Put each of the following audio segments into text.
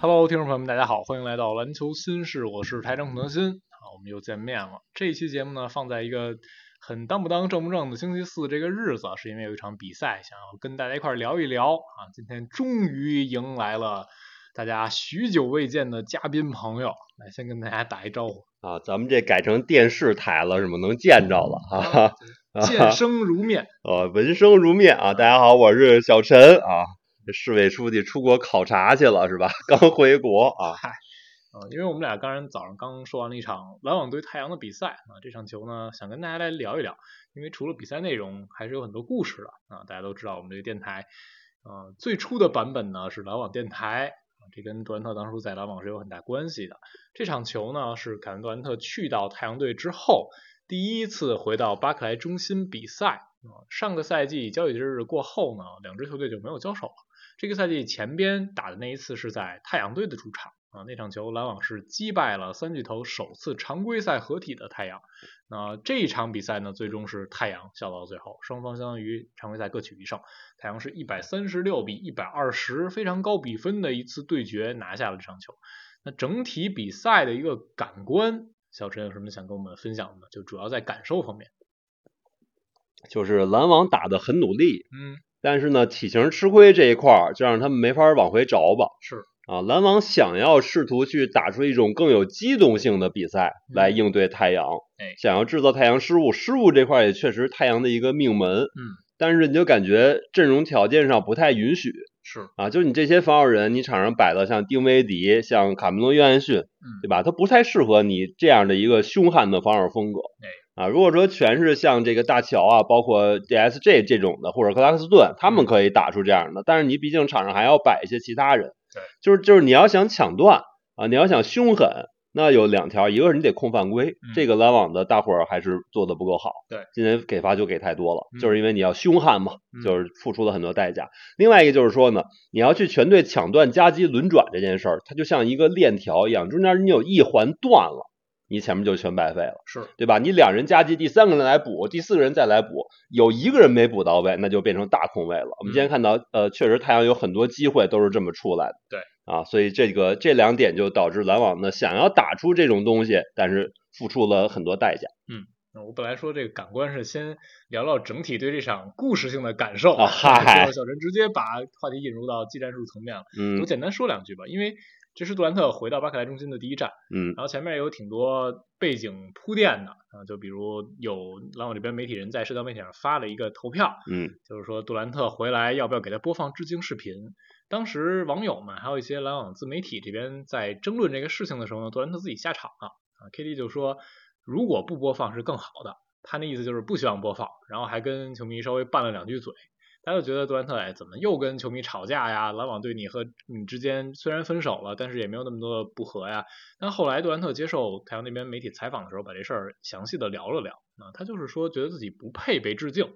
Hello，听众朋友们，大家好，欢迎来到篮球新事，我是台长孔德新啊，我们又见面了。这一期节目呢，放在一个很当不当正不正的星期四这个日子，是因为有一场比赛，想要跟大家一块儿聊一聊啊。今天终于迎来了大家许久未见的嘉宾朋友，来先跟大家打一招呼，啊，咱们这改成电视台了，是吗？能见着了啊！见声如面。呃，闻声如面啊！大家好，我是小陈啊，这市委书记出国考察去了是吧？ 刚回国啊，啊，因为我们俩刚才早上刚说完了一场篮网对太阳的比赛啊，这场球呢，想跟大家来聊一聊，因为除了比赛内容，还是有很多故事的啊。大家都知道我们这个电台，呃，最初的版本呢是篮网电台，啊这跟杜兰特当初在篮网是有很大关系的。这场球呢是凯文杜兰特去到太阳队之后，第一次回到巴克莱中心比赛啊。上个赛季交易日过后呢，两支球队就没有交手了。这个赛季前边打的那一次是在太阳队的主场啊，那场球篮网是击败了三巨头首次常规赛合体的太阳。那这一场比赛呢，最终是太阳笑到最后，双方相当于常规赛各取一胜，太阳是一百三十六比一百二十，非常高比分的一次对决拿下了这场球。那整体比赛的一个感官，小陈有什么想跟我们分享的吗？就主要在感受方面。就是篮网打得很努力，嗯，但是呢，体型吃亏这一块儿就让他们没法往回找吧。是啊，篮网想要试图去打出一种更有机动性的比赛嗯来应对太阳，哎想要制造太阳失误，失误这块儿也确实太阳的一个命门，嗯，但是你就感觉阵容条件上不太允许是，啊，就是你这些防守人，你场上摆的像丁威迪、像卡梅隆·约翰逊，嗯对吧？他不太适合你这样的一个凶悍的防守风格。啊，如果说全是像这个大乔啊，包括 DSJ 这种的，或者克拉克斯顿，他嗯们可以打出这样的，但是你毕竟场上还要摆一些其他人。对，就是就是你要想抢断啊，你要想凶狠，那有两条，一个是你得控犯规，嗯这个篮网的大伙儿还是做的不够好。对，今天给罚球给太多了，嗯就是因为你要凶悍嘛，嗯就是付出了很多代价。另外一个就是说呢，你要去全队抢断、夹击、轮转这件事儿，它就像一个链条一样，中间你有一环断了，你前面就全白费了。是对吧？你两人夹击，第三个人来补，第四个人再来补，有一个人没补到位，那就变成大空位了。我嗯们今天看到，呃，确实太阳有很多机会都是这么出来的。对啊，所以这个这两点就导致篮网呢想要打出这种东西，但是付出了很多代价那我本来说这个感官是先聊聊整体对这场故事性的感受，啊嗨结果小陈直接把话题引入到技战术层面了。我嗯简单说两句吧，因为这是杜兰特回到巴克莱中心的第一站，嗯然后前面有挺多背景铺垫的啊，就比如有篮网这边媒体人在社交媒体上发了一个投票，嗯就是说杜兰特回来要不要给他播放致敬视频。当时网友们还有一些篮网自媒体这边在争论这个事情的时候呢，杜兰特自己下场了啊，KD 就说如果不播放是更好的，他那意思就是不希望播放，然后还跟球迷稍微拌了两句嘴。大家就觉得杜兰特哎，怎么又跟球迷吵架呀？篮网对你和你之间虽然分手了，但是也没有那么多的不和呀。但后来杜兰特接受太阳那边媒体采访的时候，把这事儿详细的聊了聊啊，他就是说觉得自己不配被致敬，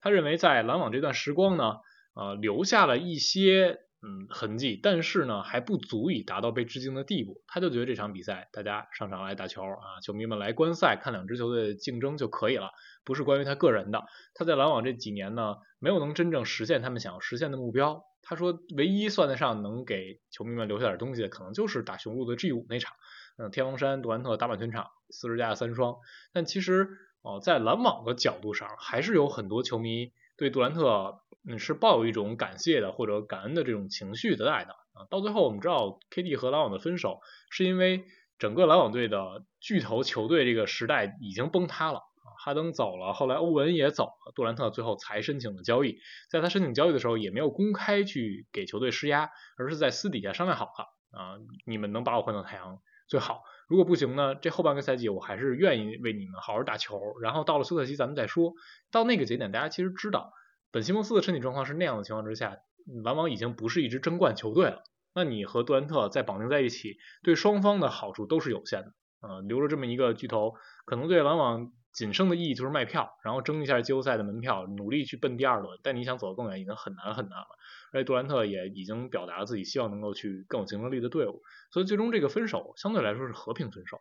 他认为在篮网这段时光呢，呃，留下了一些嗯痕迹，但是呢，还不足以达到被致敬的地步。他就觉得这场比赛大家上场来打球啊，球迷们来观赛看两支球队的竞争就可以了，不是关于他个人的。他在篮网这几年呢，没有能真正实现他们想要实现的目标。他说，唯一算得上能给球迷们留下点东西的，可能就是打雄鹿的 G 五那场，嗯，天王山杜兰特打满全场，四十加三双。但其实哦、呃在篮网的角度上，还是有很多球迷对杜兰特嗯是抱有一种感谢的或者感恩的这种情绪在的啊。到最后，我们知道 KD 和篮网的分手，是因为整个篮网队的巨头球队这个时代已经崩塌了。啊哈登走了，后来欧文也走了，杜兰特最后才申请了交易。在他申请交易的时候，也没有公开去给球队施压，而是在私底下商量好了啊，你们能把我换到太阳最好，如果不行呢，这后半个赛季我还是愿意为你们好好打球。然后到了休赛期咱们再说。到那个节点，大家其实知道，本西蒙斯的身体状况是那样的情况之下，篮网已经不是一支争冠球队了。那你和杜兰特再绑定在一起，对双方的好处都是有限的。呃，留着这么一个巨头，可能对篮网仅剩的意义就是卖票，然后争一下季后赛的门票，努力去奔第二轮。但你想走得更远，已经很难很难了。而且杜兰特也已经表达了自己希望能够去更有竞争力的队伍。所以最终这个分手相对来说是和平分手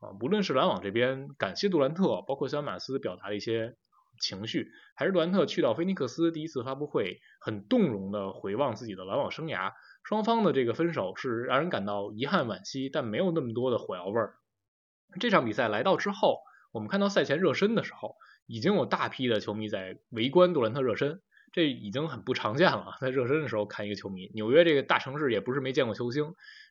啊。无论是篮网这边感谢杜兰特，包括小马斯表达了一些情绪，还是杜兰特去到菲尼克斯第一次发布会，很动容的回望自己的篮网生涯。双方的这个分手是让人感到遗憾惋惜，但没有那么多的火药味儿。这场比赛来到之后，我们看到赛前热身的时候，已经有大批的球迷在围观杜兰特热身，这已经很不常见了。在热身的时候看一个球迷，纽约这个大城市也不是没见过球星。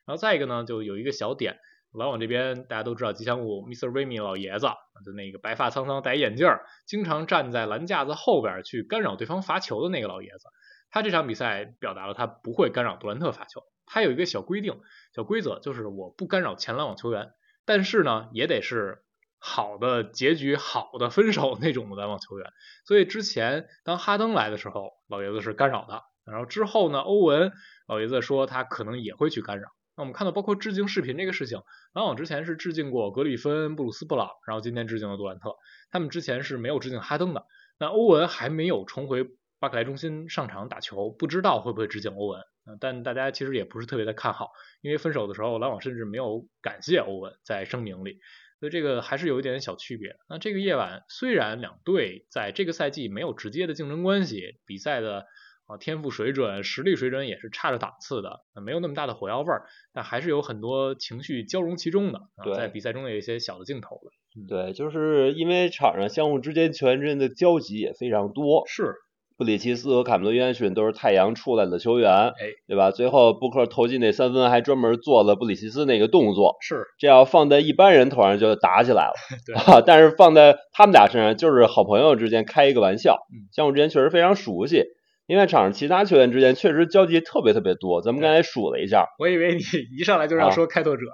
然后再一个呢，就有一个小点，篮网这边大家都知道吉祥物 Mr. Remy 老爷子，啊就那个白发苍苍、戴眼镜儿，经常站在篮架子后边去干扰对方罚球的那个老爷子。他这场比赛表达了他不会干扰杜兰特罚球。他有一个小规定、小规则，就是我不干扰前篮网球员，但是呢，也得是好的结局、好的分手那种的篮网球员。所以之前当哈登来的时候，老爷子是干扰他，然后之后呢，欧文老爷子说他可能也会去干扰。那我们看到，包括致敬视频这个事情，篮网之前是致敬过格里芬、布鲁斯·布朗，然后今天致敬了杜兰特，他们之前是没有致敬哈登的。那欧文还没有重回。巴克莱中心上场打球，不知道会不会致敬欧文、呃，但大家其实也不是特别的看好，因为分手的时候篮网甚至没有感谢欧文在声明里，所以这个还是有一点小区别。那这个夜晚虽然两队在这个赛季没有直接的竞争关系，比赛的啊天赋水准、实力水准也是差着档次的，没有那么大的火药味儿，但还是有很多情绪交融其中的，啊、在比赛中有一些小的镜头的。嗯、对，就是因为场上相互之间全身的交集也非常多。是。布里奇斯和卡梅伦·约翰逊都是太阳出来的球哎员，对吧？最后布克投进那三分，还专门做了布里奇斯那个动作。是，这要放在一般人头上就打起来了， 对、啊。但是放在他们俩身上，就是好朋友之间开一个玩笑。相互之间确实非常熟悉，因为场上其他球员之间确实交集特别特别多。咱们刚才数了一下，我以为你一上来就要说开拓者呢。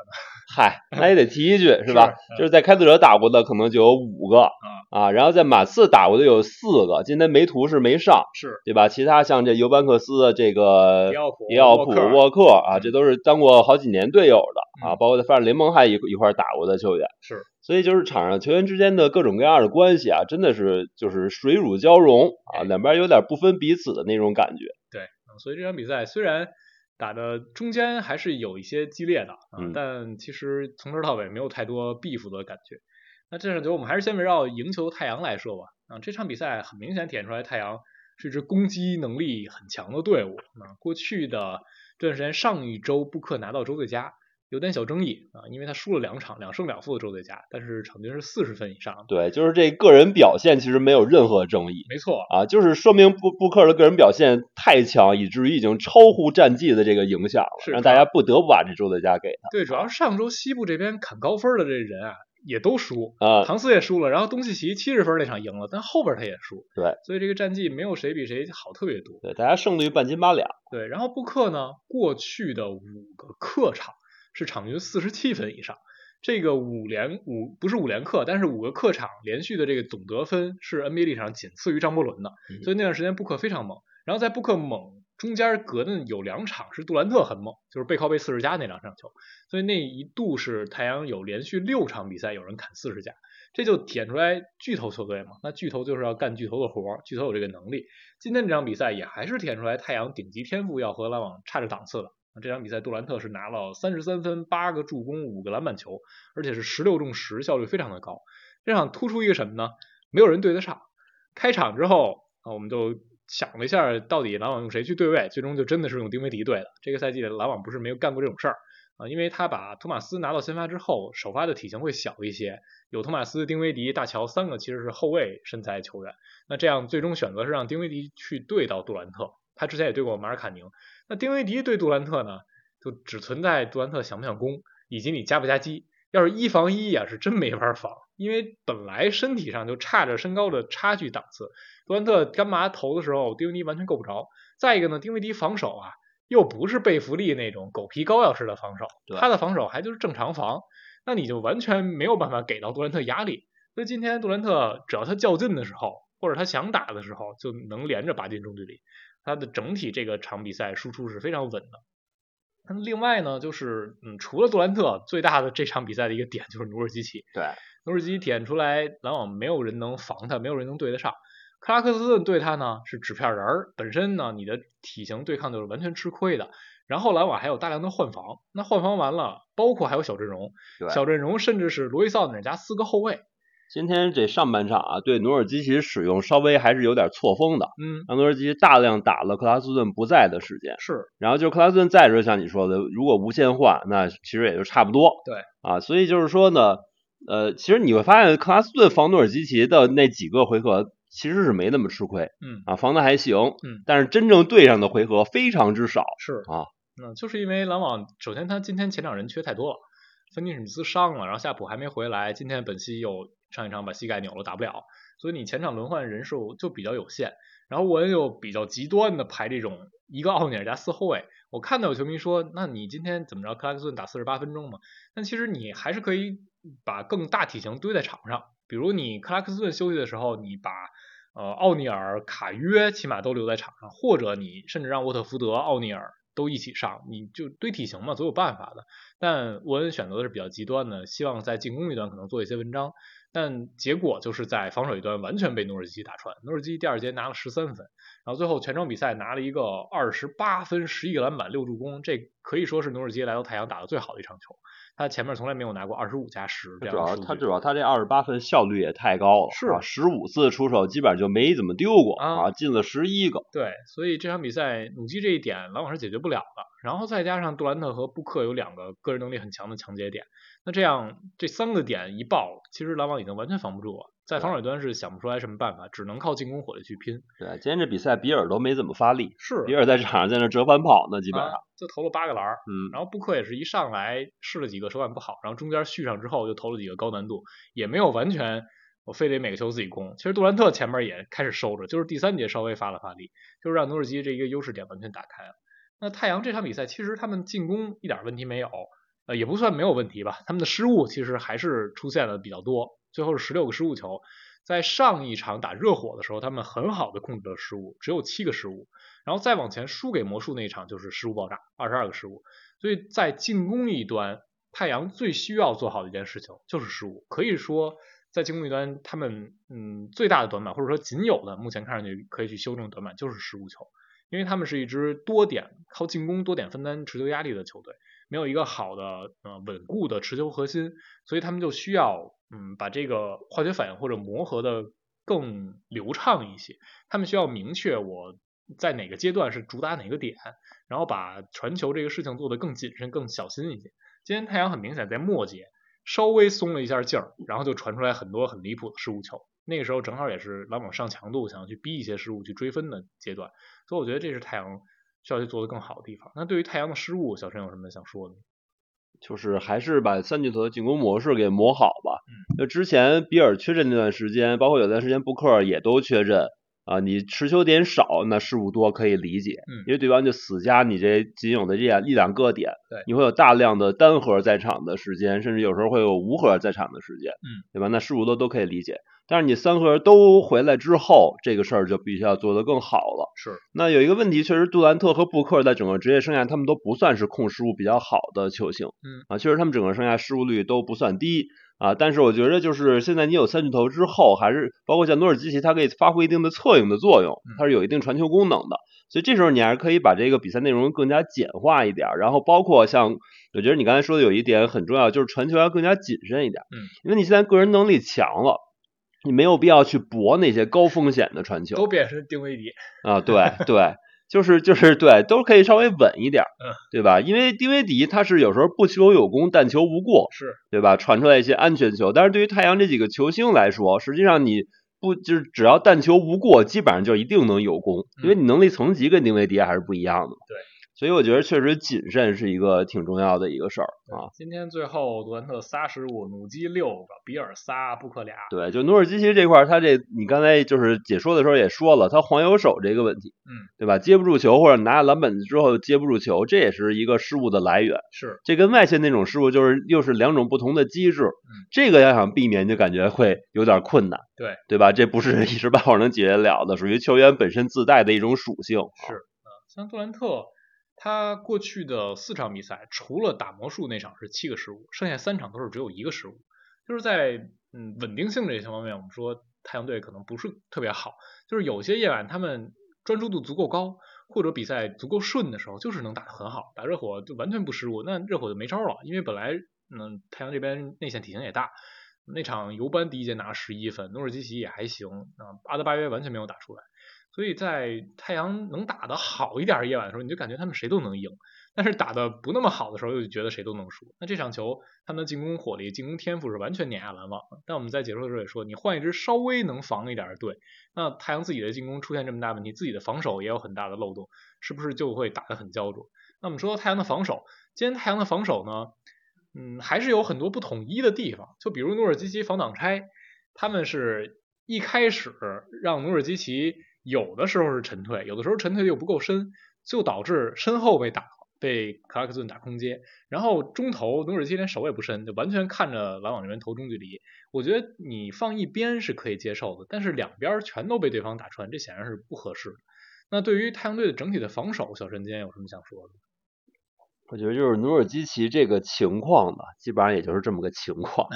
嗨，那也得提一句 是吧？是就是在开拓者打过的可能就有五个、嗯、啊，然后在马刺打过的有四个，今天梅图是没上，是对吧？其他像这尤班克斯、这个迪奥普、沃克啊，这都是当过好几年队友的、嗯、啊，包括在发展联盟还一一块打过的球员。是，所以就是场上球员之间的各种各样的关系啊，真的是就是水乳交融啊，两边有点不分彼此的那种感觉。对，嗯所以这场比赛虽然。打的中间还是有一些激烈的啊，嗯、但其实从头到尾没有太多 beef 的感觉。那这场球我们还是先围绕赢球太阳来说吧。啊，这场比赛很明显体现出来太阳是一支攻击能力很强的队伍。啊，过去的这段时间，上一周布克拿到周最佳有点小争议啊，因为他输了两场，两胜两负的周最佳，但是场均是四十分以上。对，就是这个人表现其实没有任何争议。没错啊，就是说明布布克的个人表现。太强，以至于已经超乎战绩的这个影响了，让大家不得不把这周最佳给他。对，主要是上周西部这边砍高分的这人啊，也都输啊，唐斯也输了，然后东契奇七十分那场赢了，但后边他也输。对，所以这个战绩没有谁比谁好特别多。对，大家胜率半斤八两。对，然后布克呢，过去的五个客场是场均四十七分以上，这个五连五不是五连客，但是五个客场连续的这个总得分是 NBA 历史上仅次于张伯伦的，嗯、所以那段时间布克非常猛。然后在布克猛中间隔的有两场是杜兰特很猛，就是背靠背四十加那两场球，所以那一度是太阳有连续六场比赛有人砍四十加，这就体现出来巨头球队嘛，那巨头就是要干巨头的活，巨头有这个能力。今天这场比赛也还是体现出来太阳顶级天赋要和篮网差着档次了。这场比赛杜兰特是拿了三十三分、八个助攻、五个篮板球，而且是十六中十，效率非常的高。这场突出一个什么呢？没有人对得上。开场之后啊，我们就。想了一下，到底篮网用谁去对位？最终就真的是用丁威迪对了。这个赛季的篮网不是没有干过这种事儿啊，因为他把托马斯拿到先发之后，首发的体型会小一些，有托马斯、丁威迪、大乔三个其实是后卫身材球员。那这样最终选择是让丁威迪去对到杜兰特，他之前也对过马尔卡宁。那丁威迪对杜兰特呢，就只存在杜兰特想不想攻，以及你夹不夹击。要是一防一呀、啊，是真没法防，因为本来身体上就差着身高的差距档次。杜兰特干嘛投的时候，丁威迪完全够不着。再一个呢，丁威迪防守啊，又不是贝弗利那种狗皮膏药式的防守，他的防守还就是正常防，那你就完全没有办法给到杜兰特压力。所以今天杜兰特只要他较劲的时候，或者他想打的时候，就能连着拔进中距离。他的整体这个场比赛输出是非常稳的。那另外呢，就是嗯，除了杜兰特，最大的这场比赛的一个点就是努尔基奇。对，努尔基奇体现出来篮网没有人能防他，没有人能对得上。克拉克斯顿对他呢是纸片人儿，本身呢你的体型对抗就是完全吃亏的。然后篮网还有大量的换防，那换防完了，包括还有小阵容，小阵容甚至是罗伊·萨德加四个后卫，今天这上半场啊，对努尔基奇使用稍微还是有点错峰的，嗯，让努尔基奇大量打了克拉斯顿不在的时间。是然后就是克拉斯顿在的时候，像你说的，如果无限换，那其实也就差不多。对啊，所以就是说呢，呃，其实你会发现克拉斯顿防努尔基奇的那几个回合其实是没那么吃亏，嗯啊，防的还行，嗯，但是真正对上的回合非常之少。是啊，那就是因为篮网，首先他今天前场人缺太多了，芬尼史密斯伤了，然后夏普还没回来，今天本西又上一场把膝盖扭了打不了，所以你前场轮换人数就比较有限。然后文又比较极端的排这种一个奥尼尔加四后卫，我看到有球迷说，那你今天怎么着，克拉克顿打四十八分钟嘛？但其实你还是可以把更大体型堆在场上，比如你克拉克斯顿休息的时候，你把呃奥尼尔、卡约起码都留在场上，或者你甚至让沃特福德、奥尼尔都一起上，你就堆体型嘛，总有办法的。但沃恩选择的是比较极端的，希望在进攻一端可能做一些文章，但结果就是在防守一端完全被努尔基奇打穿。努尔基奇第二节拿了十三分，然后最后全场比赛拿了一个二十八分、十一个篮板、六助攻，这可以说是努尔基奇来到太阳打的最好的一场球。他前面从来没有拿过二十五加十这主样的要数据。他主要他这二十八分效率也太高了，啊是十五次出手基本上就没怎么丢过啊啊，进了十一个，对，所以这场比赛努基这一点篮网是解决不了的。然后再加上杜兰特和布克有两个个人能力很强的抢劫点，那这样这三个点一爆，其实篮网已经完全防不住了，在防守端是想不出来什么办法，只能靠进攻火力去拼。对，今天这比赛比尔都没怎么发力，是，比尔在场上在那折返跑呢，基本上，啊，就投了八个篮儿。嗯，然后布克也是一上来试了几个手感不好，然后中间续上之后又投了几个高难度，也没有完全我非得每个球自己攻。其实杜兰特前面也开始收着，就是第三节稍微发了发力，就是让努尔基奇这一个优势点完全打开了。那太阳这场比赛其实他们进攻一点问题没有，呃，也不算没有问题吧，他们的失误其实还是出现的比较多，最后是十六个失误球。在上一场打热火的时候，他们很好的控制了失误，只有七个失误。然后再往前输给魔术那一场就是失误爆炸，二十二个失误。所以在进攻一端，太阳最需要做好的一件事情就是失误。可以说，在进攻一端，他们嗯最大的短板，或者说仅有的目前看上去可以去修正的短板就是失误球，因为他们是一支多点靠进攻多点分担持球压力的球队，没有一个好的呃稳固的持球核心，所以他们就需要嗯把这个化学反应或者磨合的更流畅一些。他们需要明确我在哪个阶段是主打哪个点，然后把传球这个事情做得更谨慎、更小心一些。今天太阳很明显在末节稍微松了一下劲儿，然后就传出来很多很离谱的失误球。那个时候正好也是篮网上强度，想要去逼一些失误去追分的阶段，所以我觉得这是太阳需要去做得更好的地方。那对于太阳的失误，小陈有什么想说的吗？就是还是把三巨头的进攻模式给磨好吧。嗯就之前比尔缺阵那段时间，包括有段时间布克尔也都缺阵啊，你持球点少，那失误多可以理解，嗯因为对方就死夹你这仅有的这样一两个点，对你会有大量的单核在场的时间，甚至有时候会有无核在场的时间，嗯，对吧？那失误多都可以理解。但是你三核都回来之后，这个事儿就必须要做得更好了。是，那有一个问题，确实杜兰特和布克在整个职业生涯，他们都不算是控失误比较好的球星。嗯啊，确实他们整个生涯失误率都不算低啊。但是我觉得就是现在你有三巨头之后，还是包括像诺尔基奇，他可以发挥一定的策应的作用嗯，它是有一定传球功能的。所以这时候你还是可以把这个比赛内容更加简化一点儿，然后包括像我觉得你刚才说的有一点很重要，就是传球要更加谨慎一点。嗯，因为你现在个人能力强了。你没有必要去搏那些高风险的传球，都变成定位底，啊，对对，就是就是对，都可以稍微稳一点儿嗯，对吧？因为丁威迪他是有时候不求有功，但求无过，是对吧？传出来一些安全球，但是对于太阳这几个球星来说，实际上你不就是只要但求无过，基本上就一定能有功，因为你能力层级跟丁威迪还是不一样的。嗯对，所以我觉得确实谨慎是一个挺重要的一个事儿啊。今天最后杜兰特仨失误，努基六个，比尔仨，布克俩，对，就努尔基奇这块儿，他这你刚才就是解说的时候也说了，他黄油手这个问题，嗯，对吧？接不住球或者拿篮板之后接不住球，这也是一个失误的来源。是这跟外线那种失误就是又是两种不同的机制，嗯这个要想避免，就感觉会有点困难，对对吧？这不是一时半会儿能解决了的，属于球员本身自带的一种属性。是呃像杜兰特，他过去的四场比赛，除了打魔术那场是七个失误，剩下三场都是只有一个失误。就是在嗯稳定性这些方面，我们说太阳队可能不是特别好。就是有些夜晚他们专注度足够高，或者比赛足够顺的时候，就是能打得很好。打热火就完全不失误，那热火就没招了，因为本来嗯太阳这边内线体型也大，那场尤班第一节拿十一分，诺尔基奇也还行啊，阿德巴约完全没有打出来。所以在太阳能打得好一点的夜晚的时候，你就感觉他们谁都能赢；但是打得不那么好的时候，又觉得谁都能输。那这场球，他们的进攻火力、进攻天赋是完全碾压篮网的。但我们在解说的时候也说，你换一支稍微能防一点的队，那太阳自己的进攻出现这么大问题，自己的防守也有很大的漏洞，是不是就会打得很焦灼？那我们说到太阳的防守，今天太阳的防守呢，嗯，还是有很多不统一的地方。就比如诺尔基奇防挡拆，他们是一开始让努尔基奇。有的时候是沉退，有的时候沉退又不够深，就导致身后被打被克拉克顿打空接，然后中投努尔基连手也不伸，就完全看着篮网这边投中距离。我觉得你放一边是可以接受的，但是两边全都被对方打穿，这显然是不合适的。那对于太阳队的整体的防守，小神今天有什么想说的？我觉得就是努尔基奇这个情况吧，基本上也就是这么个情况，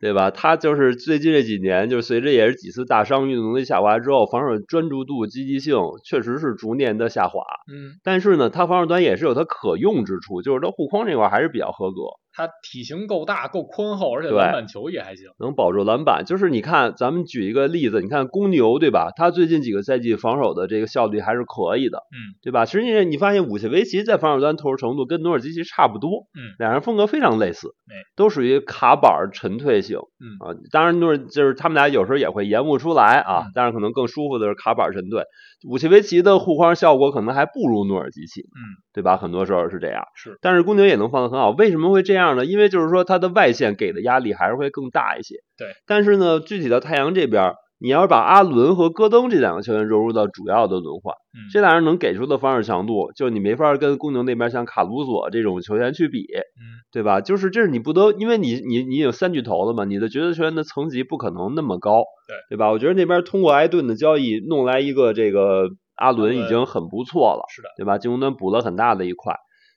对吧？他就是最近这几年，就是随着也是几次大伤、运动能力下滑之后，防守专注度、积极性确实是逐年的下滑。嗯，但是呢，他防守端也是有他可用之处，就是他护框这块还是比较合格。他体型够大、够宽厚，而且篮板球也还行，能保住篮板。就是你看，咱们举一个例子，你看公牛对吧？他最近几个赛季防守的这个效率还是可以的，嗯，对吧？其实你你发现武切维奇在防守端投入程度跟努尔基奇差不多，嗯，两人风格非常类似，哎都属于卡板沉退型，嗯啊，当然努尔就是他们俩有时候也会延误出来啊嗯，当然可能更舒服的是卡板沉退。武切维奇的护框效果可能还不如努尔基奇，嗯，对吧？很多时候是这样。是，但是公牛也能放得很好，为什么会这样呢？因为就是说它的外线给的压力还是会更大一些。对，但是呢，具体到太阳这边儿，你要是把阿伦和戈登这两个球员融入到主要的轮换，嗯，这俩人能给出的防守强度，就你没法跟公牛那边像卡鲁索这种球员去比，嗯对吧？就是这是你不得，因为你你你有三巨头了嘛，你的角色球员的层级不可能那么高，对对吧？我觉得那边通过埃顿的交易弄来一个这个阿伦已伦经很不错了。是的，对吧？进攻端补了很大的一块，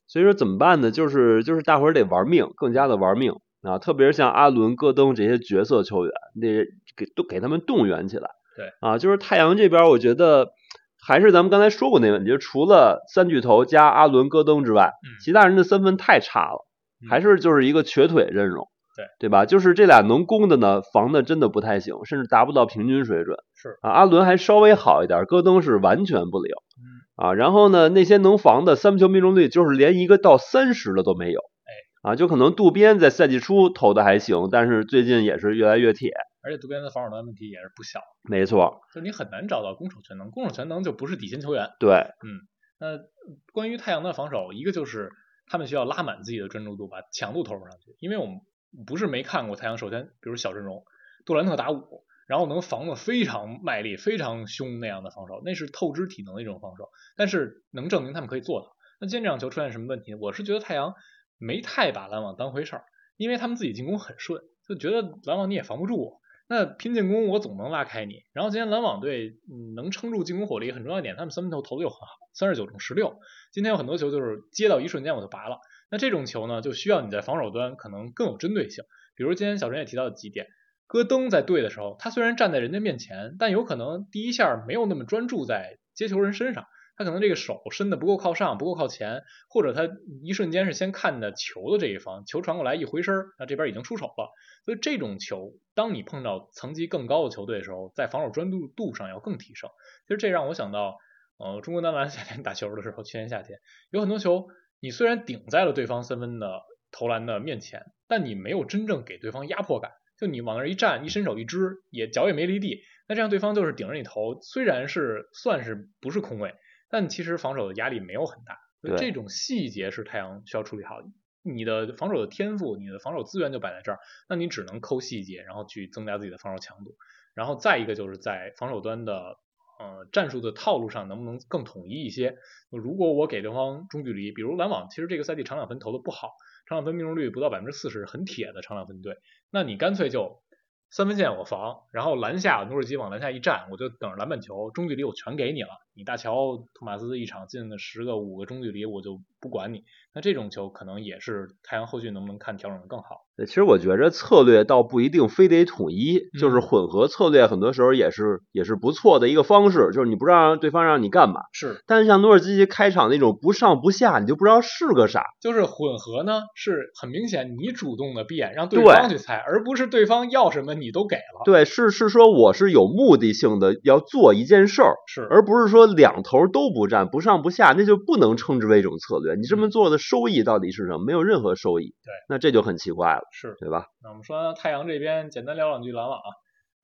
所以说怎么办呢？就是就是大伙儿得玩命，更加的玩命啊！特别是像阿伦、戈登这些角色球员，得给都给他们动员起来。对啊，就是太阳这边，我觉得还是咱们刚才说过那问题，就除了三巨头加阿伦、戈登之外，其他人的三分太差了，嗯还是就是一个瘸腿阵容。对对吧？就是这俩能攻的呢，防的真的不太行，甚至达不到平均水准。是啊，阿伦还稍微好一点，戈登是完全不灵。嗯啊，然后呢，那些能防的三分球命中率就是连一个到三十的都没有。哎啊，就可能渡边在赛季初投的还行，但是最近也是越来越铁。而且渡边的防守端问题也是不小，没错，就是你很难找到攻守全能，攻守全能就不是底薪球员。对，那关于太阳的防守，一个就是他们需要拉满自己的专注度，把强度投入上去。因为我们不是没看过太阳，首先比如小阵容，杜兰特打五，然后能防的非常卖力、非常凶那样的防守，那是透支体能的一种防守。但是能证明他们可以做到。那今天这场球出现什么问题呢？我是觉得太阳没太把篮网当回事儿，因为他们自己进攻很顺，就觉得篮网你也防不住我。那拼进攻我总能拉开你。然后今天篮网队嗯能撑住进攻火力很重要一点，他们三分球投的又很好，三十九中十六。今天有很多球就是接到一瞬间我就拔了。那这种球呢，就需要你在防守端可能更有针对性。比如今天小陈也提到几点，戈登在对的时候，他虽然站在人家面前，但有可能第一下没有那么专注在接球人身上。他可能这个手伸的不够靠上，不够靠前，或者他一瞬间是先看的球的这一方，球传过来一回身儿，那这边已经出手了。所以这种球，当你碰到层级更高的球队的时候，在防守专注度上要更提升。其实这让我想到，呃，中国男篮夏天打球的时候，去年夏天有很多球，你虽然顶在了对方三分的投篮的面前，但你没有真正给对方压迫感。就你往那儿一站，一伸手一支，也脚也没离地，那这样对方就是顶着你头，虽然是算是不是空位，但其实防守的压力没有很大。所以对这种细节是太阳需要处理好的。你的防守的天赋，你的防守资源就摆在这儿，那你只能抠细节，然后去增加自己的防守强度。然后再一个就是在防守端的呃战术的套路上能不能更统一一些？如果我给对方中距离，比如篮网，其实这个赛季长两分投的不好，长两分命中率不到百分之四十，很铁的长两分队，那你干脆就三分线我防，然后篮下努尔基往篮下一站，我就等着篮板球，中距离我全给你了，你大乔、托马斯一场进了十个、五个中距离，我就不管你。那这种球可能也是太阳后续能不能看调整的更好。对，呃其实我觉着策略倒不一定非得统一，嗯就是混合策略，很多时候也是也是不错的一个方式，就是你不让对方让你干嘛。是，但是像努尔基奇开场那种不上不下，你就不知道是个啥。就是混合呢，是很明显你主动的闭眼让对方去猜，而不是对方要什么你都给了。对，是是说我是有目的性的要做一件事儿，是，而不是说两头都不占，不上不下，那就不能称之为一种策略。你这么做的收益到底是什么？没有任何收益。嗯对，那这就很奇怪了，是。对吧？那我们说太阳这边简单聊两句篮网啊，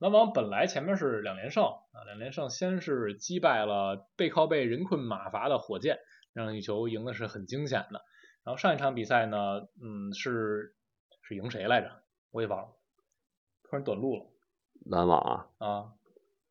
篮网本来前面是两连胜啊，两连胜先是击败了背靠背人困马乏的火箭，让一球赢的是很惊险的。然后上一场比赛呢，嗯，是是赢谁来着？我也忘了，突然短路了篮网啊，啊。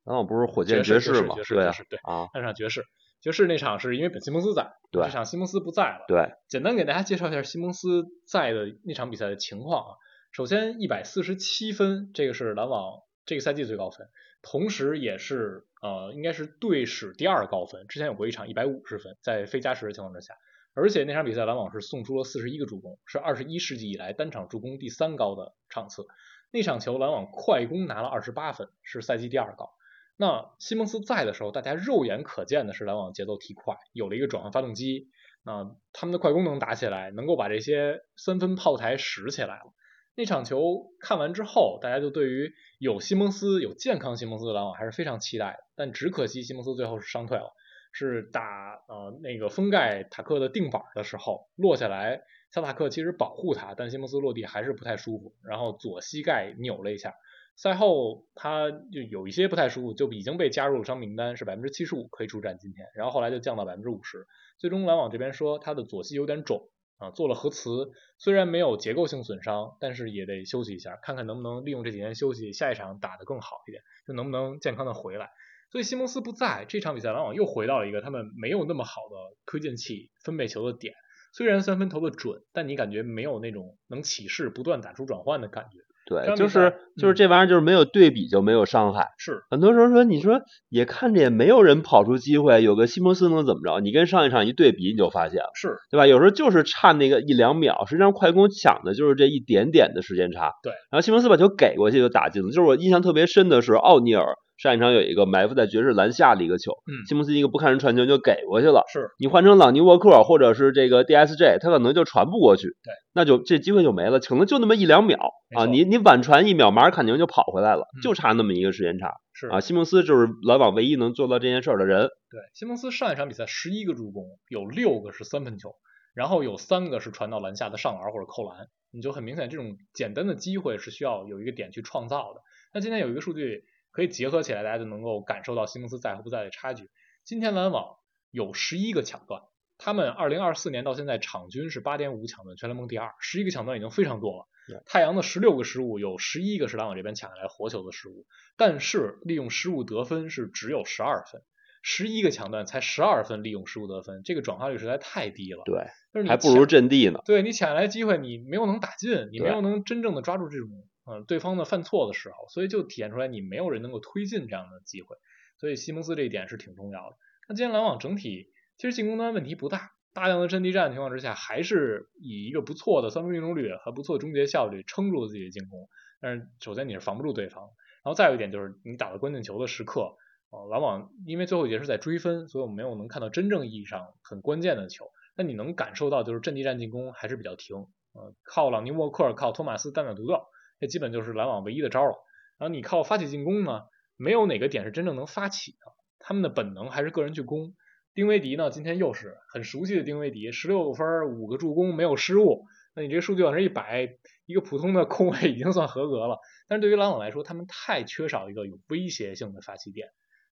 篮网不是火爵箭士士吗？爵士对爵啊士对啊，那场爵士，爵士那场是因为本西蒙斯在，对这场西蒙斯不在了。对，简单给大家介绍一下西蒙斯在的那场比赛的情况啊。首先，一百四十七分，这个是篮网这个赛季最高分，同时也是呃，应该是队史第二高分。之前有过一场一百五十分，在非加时的情况之下，而且那场比赛篮网是送出了四十一个助攻，是二十一世纪以来单场助攻第三高的场次。那场球篮网快攻拿了二十八分，是赛季第二高。那西蒙斯在的时候，大家肉眼可见的是篮网节奏提快，有了一个转换发动机，那他们的快攻能打起来，能够把这些三分炮台拾起来了。那场球看完之后，大家就对于有西蒙斯、有健康西蒙斯的篮网还是非常期待的。但只可惜西蒙斯最后是伤退了，是打呃那个封盖塔克的定板的时候落下来，小塔克其实保护他，但西蒙斯落地还是不太舒服，然后左膝盖扭了一下。赛后他就有一些不太舒服，就已经被加入伤名单，是百分之七十五可以出战今天，然后后来就降到百分之五十。最终篮网这边说他的左膝有点肿啊，做了核磁，虽然没有结构性损伤，但是也得休息一下，看看能不能利用这几天休息，下一场打得更好一点，就能不能健康的回来。所以西蒙斯不在这场比赛，篮网又回到了一个他们没有那么好的推进器、分配球的点。虽然三分投的准，但你感觉没有那种能起势、不断打出转换的感觉。对，张就比是赛就是嗯这玩意儿，就是没有对比就没有伤害。是很多时候说，你说也看着也没有人跑出机会，有个西蒙斯能怎么着？你跟上一场一对比，你就发现了，是，对吧？有时候就是差那个一两秒，实际上快攻抢的就是这一点点的时间差。对，然后西蒙斯把球给过去就打进了。就是我印象特别深的是奥尼尔上一场有一个埋伏在爵士篮下的一个球，嗯，西蒙斯一个不看人传球就给过去了。是你换成朗尼沃克或者是这个 DSJ，他可能就传不过去，对，那就这机会就没了，可能就那么一两秒没啊，错你你晚传一秒，马尔坎宁就跑回来了，嗯就差那么一个时间差是啊。西蒙斯就是篮网唯一能做到这件事儿的人，对，西蒙斯上一场比赛十一个助攻，有六个是三分球，然后有三个是传到篮下的上篮或者扣篮，你就很明显这种简单的机会是需要有一个点去创造的。那今天有一个数据可以结合起来，大家就能够感受到西蒙斯在和不在的差距。今天篮网有十一个抢断，他们二零二四年到现在场均是八点五抢断，全联盟第二，十一个抢断已经非常多了。太阳的十六个失误有十一个是篮网这边抢下来活球的失误，但是利用失误得分是只有十二分。十一个抢断才十二分，利用失误得分，这个转化率实在太低了。对，就是你还不如抢阵地呢。对你抢下来机会，你没有能打进，你没对有能真正的抓住这种呃对方的犯错的时候，所以就体现出来你没有人能够推进这样的机会。所以西蒙斯这一点是挺重要的。那今天篮网整体其实进攻端问题不大，大量的阵地战的情况之下，还是以一个不错的三分命中率和不错的终结效率撑住了自己的进攻。但是首先你是防不住对方，然后再有一点就是你打到关键球的时刻，呃，篮网因为最后一节是在追分，所以我们没有能看到真正意义上很关键的球。那你能感受到就是阵地战进攻还是比较停，呃，靠朗尼沃克、靠托马斯单打独斗，这基本就是篮网唯一的招了。然后你靠发起进攻呢，没有哪个点是真正能发起的，他们的本能还是个人去攻。丁威迪呢，今天又是很熟悉的丁威迪，十六分、五个助攻，没有失误。那你这个数据往这一摆，一个普通的 控卫已经算合格了。但是对于篮网来说，他们太缺少一个有威胁性的发起点。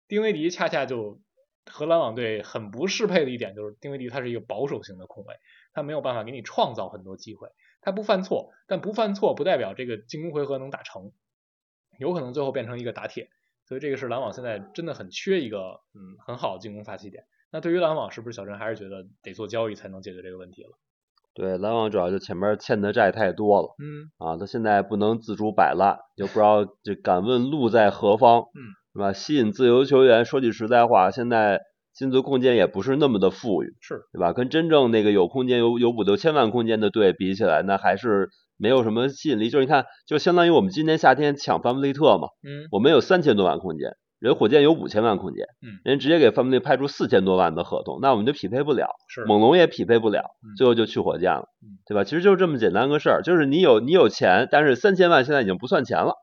丁威迪恰恰就和篮网队很不适配的一点就是，丁威迪他是一个保守型的控卫，他没有办法给你创造很多机会。他不犯错，但不犯错不代表这个进攻回合能打成，有可能最后变成一个打铁。所以这个是篮网现在真的很缺一个嗯很好的进攻发起点。那对于篮网，是不是小陈还是觉得得做交易才能解决这个问题了？对，篮网主要就前面欠的债太多了嗯，啊，他现在不能自主摆烂，就不知道这敢问路在何方，嗯，是吧？吸引自由球员，说句实在话，现在薪资空间也不是那么的富裕，是对吧？跟真正那个有空间有有五六千万空间的队比起来，那还是没有什么吸引力。就是你看，就相当于我们今年夏天抢范布利特嘛，嗯，我们有三千多万空间，人火箭有五千万空间，嗯人直接给范布利拍出四千多万的合同，那我们就匹配不了，是猛龙也匹配不了嗯，最后就去火箭了嗯，对吧？其实就是这么简单个事儿，就是你有你有钱，但是三千万现在已经不算钱了，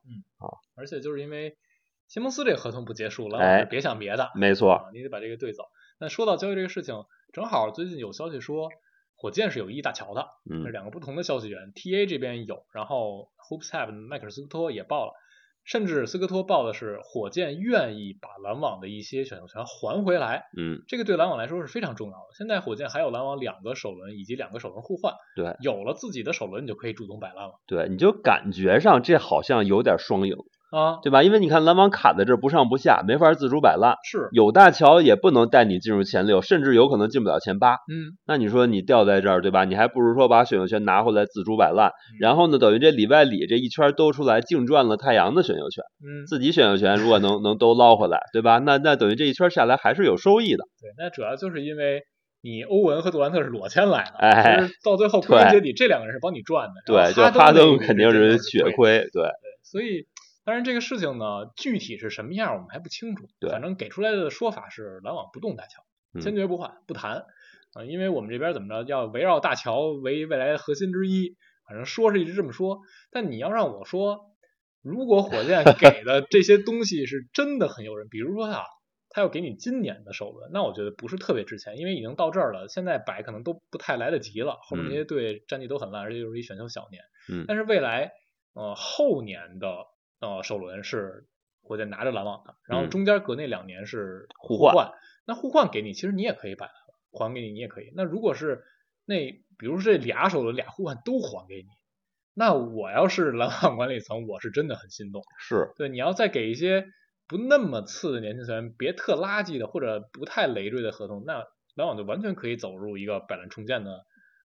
而且就是因为西蒙斯这个合同不结束了，哎别想别的，没错，啊，你得把这个兑走。那说到交易这个事情，正好最近有消息说，火箭是有意大乔的，这嗯，两个不同的消息源，TA 这边有，然后 Hoops Tab 迈克尔斯科托也报了，甚至斯科托报的是火箭愿意把篮网的一些选秀权还回来，嗯，这个对篮网来说是非常重要的。现在火箭还有篮网两个首轮以及两个首轮互换，对有了自己的首轮，你就可以主动摆烂了对，你就感觉上这好像有点双赢，啊。对吧？因为你看篮网卡在这儿不上不下，没法自主摆烂，是，有大乔也不能带你进入前六，甚至有可能进不了前八。嗯，那你说你掉在这儿，对吧？你还不如说把选秀权拿回来自主摆烂，然后呢，等于这里外里这一圈兜出来，净赚了太阳的选秀权，嗯，自己选秀权如果能能都捞回来，对吧？那那等于这一圈下来还是有收益的。对，那主要就是因为你欧文和杜兰特是裸签来的，哎其实到最后归根结底，这两个人是帮你赚的。然后对，就哈哈登那登个肯定真的是是血亏。亏，对，所以，当然这个事情呢，具体是什么样我们还不清楚。对反正给出来的说法是篮网不动大乔，嗯坚决不换不谈啊、因为我们这边怎么着要围绕大乔为未来的核心之一，反正说是一直这么说。但你要让我说，如果火 箭给的这些东西是真的很诱人，比如说啊。他要给你今年的首轮，那我觉得不是特别值钱，因为已经到这儿了，现在摆可能都不太来得及了。后面嗯那些队战绩都很烂，而且又是一选秀小年。嗯但是未来呃后年的呃首轮是火箭拿着篮网的，然后嗯中间隔那两年是互换。换那互换给你，其实你也可以摆还给你，你也可以。那如果是那比如说这俩首轮俩互换都还给你，那我要是篮网管理层，我是真的很心动。是，对，你要再给一些不那么次的年轻球员，别特垃圾的或者不太累赘的合同，那篮网就完全可以走入一个百烂重建的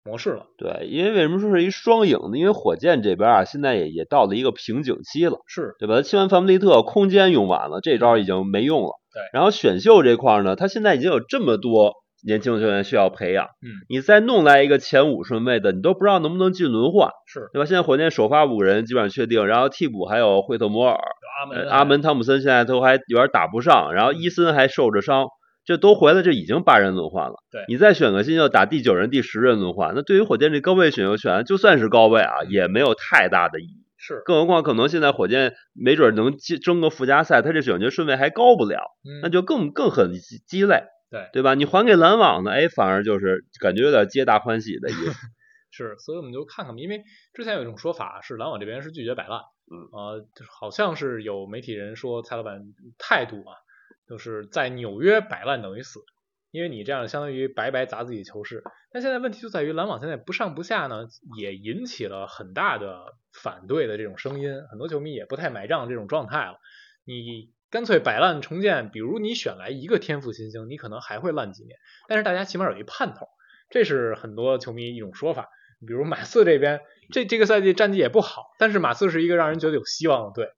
模式了。对，因为为什么说是一双赢呢？因为火箭这边啊，现在也也到了一个瓶颈期了。是，对吧？他签完范布利特，空间用完了，这招已经没用了。嗯对然后选秀这块儿呢，他现在已经有这么多年轻球员需要培养，嗯，你再弄来一个前五顺位的，你都不知道能不能进轮换，是，对吧？现在火箭首发五个人基本上确定，然后替补还有惠特摩尔、阿门呃啊阿门、汤普森现在都还有点打不上，嗯然后伊森还受着伤，这都回来，这已经八人轮换了。对你再选个新秀打第九人、第十人轮换，那对于火箭这高位选秀权，就算是高位啊，也没有太大的意义。是，更何况，可能现在火箭没准能进争个附加赛，他这选角顺位还高不了，嗯那就更更很鸡鸡肋，对对吧？你还给篮网呢，哎，反而就是感觉有点皆大欢喜的意思。是，所以我们就看看吧，因为之前有一种说法是篮网这边是拒绝摆烂，嗯呃，就是好像是有媒体人说蔡老板态度啊，就是在纽约摆烂等于死，因为你这样相当于白白砸自己球市。但现在问题就在于篮网现在不上不下呢，也引起了很大的反对的这种声音，很多球迷也不太买账这种状态了。你干脆摆烂重建，比如你选来一个天赋新星，你可能还会烂几年，但是大家起码有一盼头。这是很多球迷一种说法，比如马刺这边，这这个赛季战绩也不好，但是马刺是一个让人觉得有希望的队，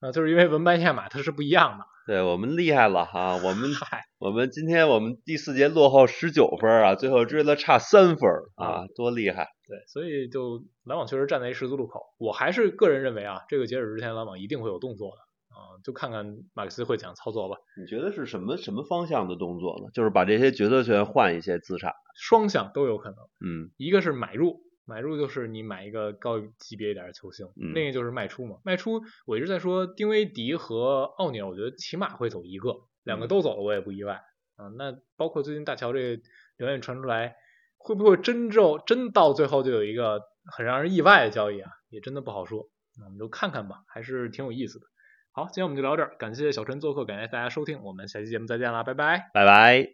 啊、就是因为文班亚马他是不一样的，对我们厉害了哈、我们嗨，我们今天我们第四节落后十九分啊，最后追了差三分啊，多厉害！对，所以就篮网确实站在一十字路口，我还是个人认为啊，这个截止之前篮网一定会有动作的，啊、就看看马克思会怎样操作吧，你觉得是什么什么方向的动作呢？就是把这些角色权换一些资产，双向都有可能，嗯，一个是买入。买入就是你买一个高级别一点的球星，嗯另一个就是卖出嘛。卖出我一直在说丁威迪和奥尼尔，我觉得起码会走一个，两个嗯都走了我也不意外啊。那包括最近大乔这个留言传出来，会不会真就真到最后就有一个很让人意外的交易啊？也真的不好说，那我们就看看吧，还是挺有意思的。好，今天我们就聊这儿，感谢小陈做客，感谢大家收听，我们下期节目再见啦，拜拜。拜拜。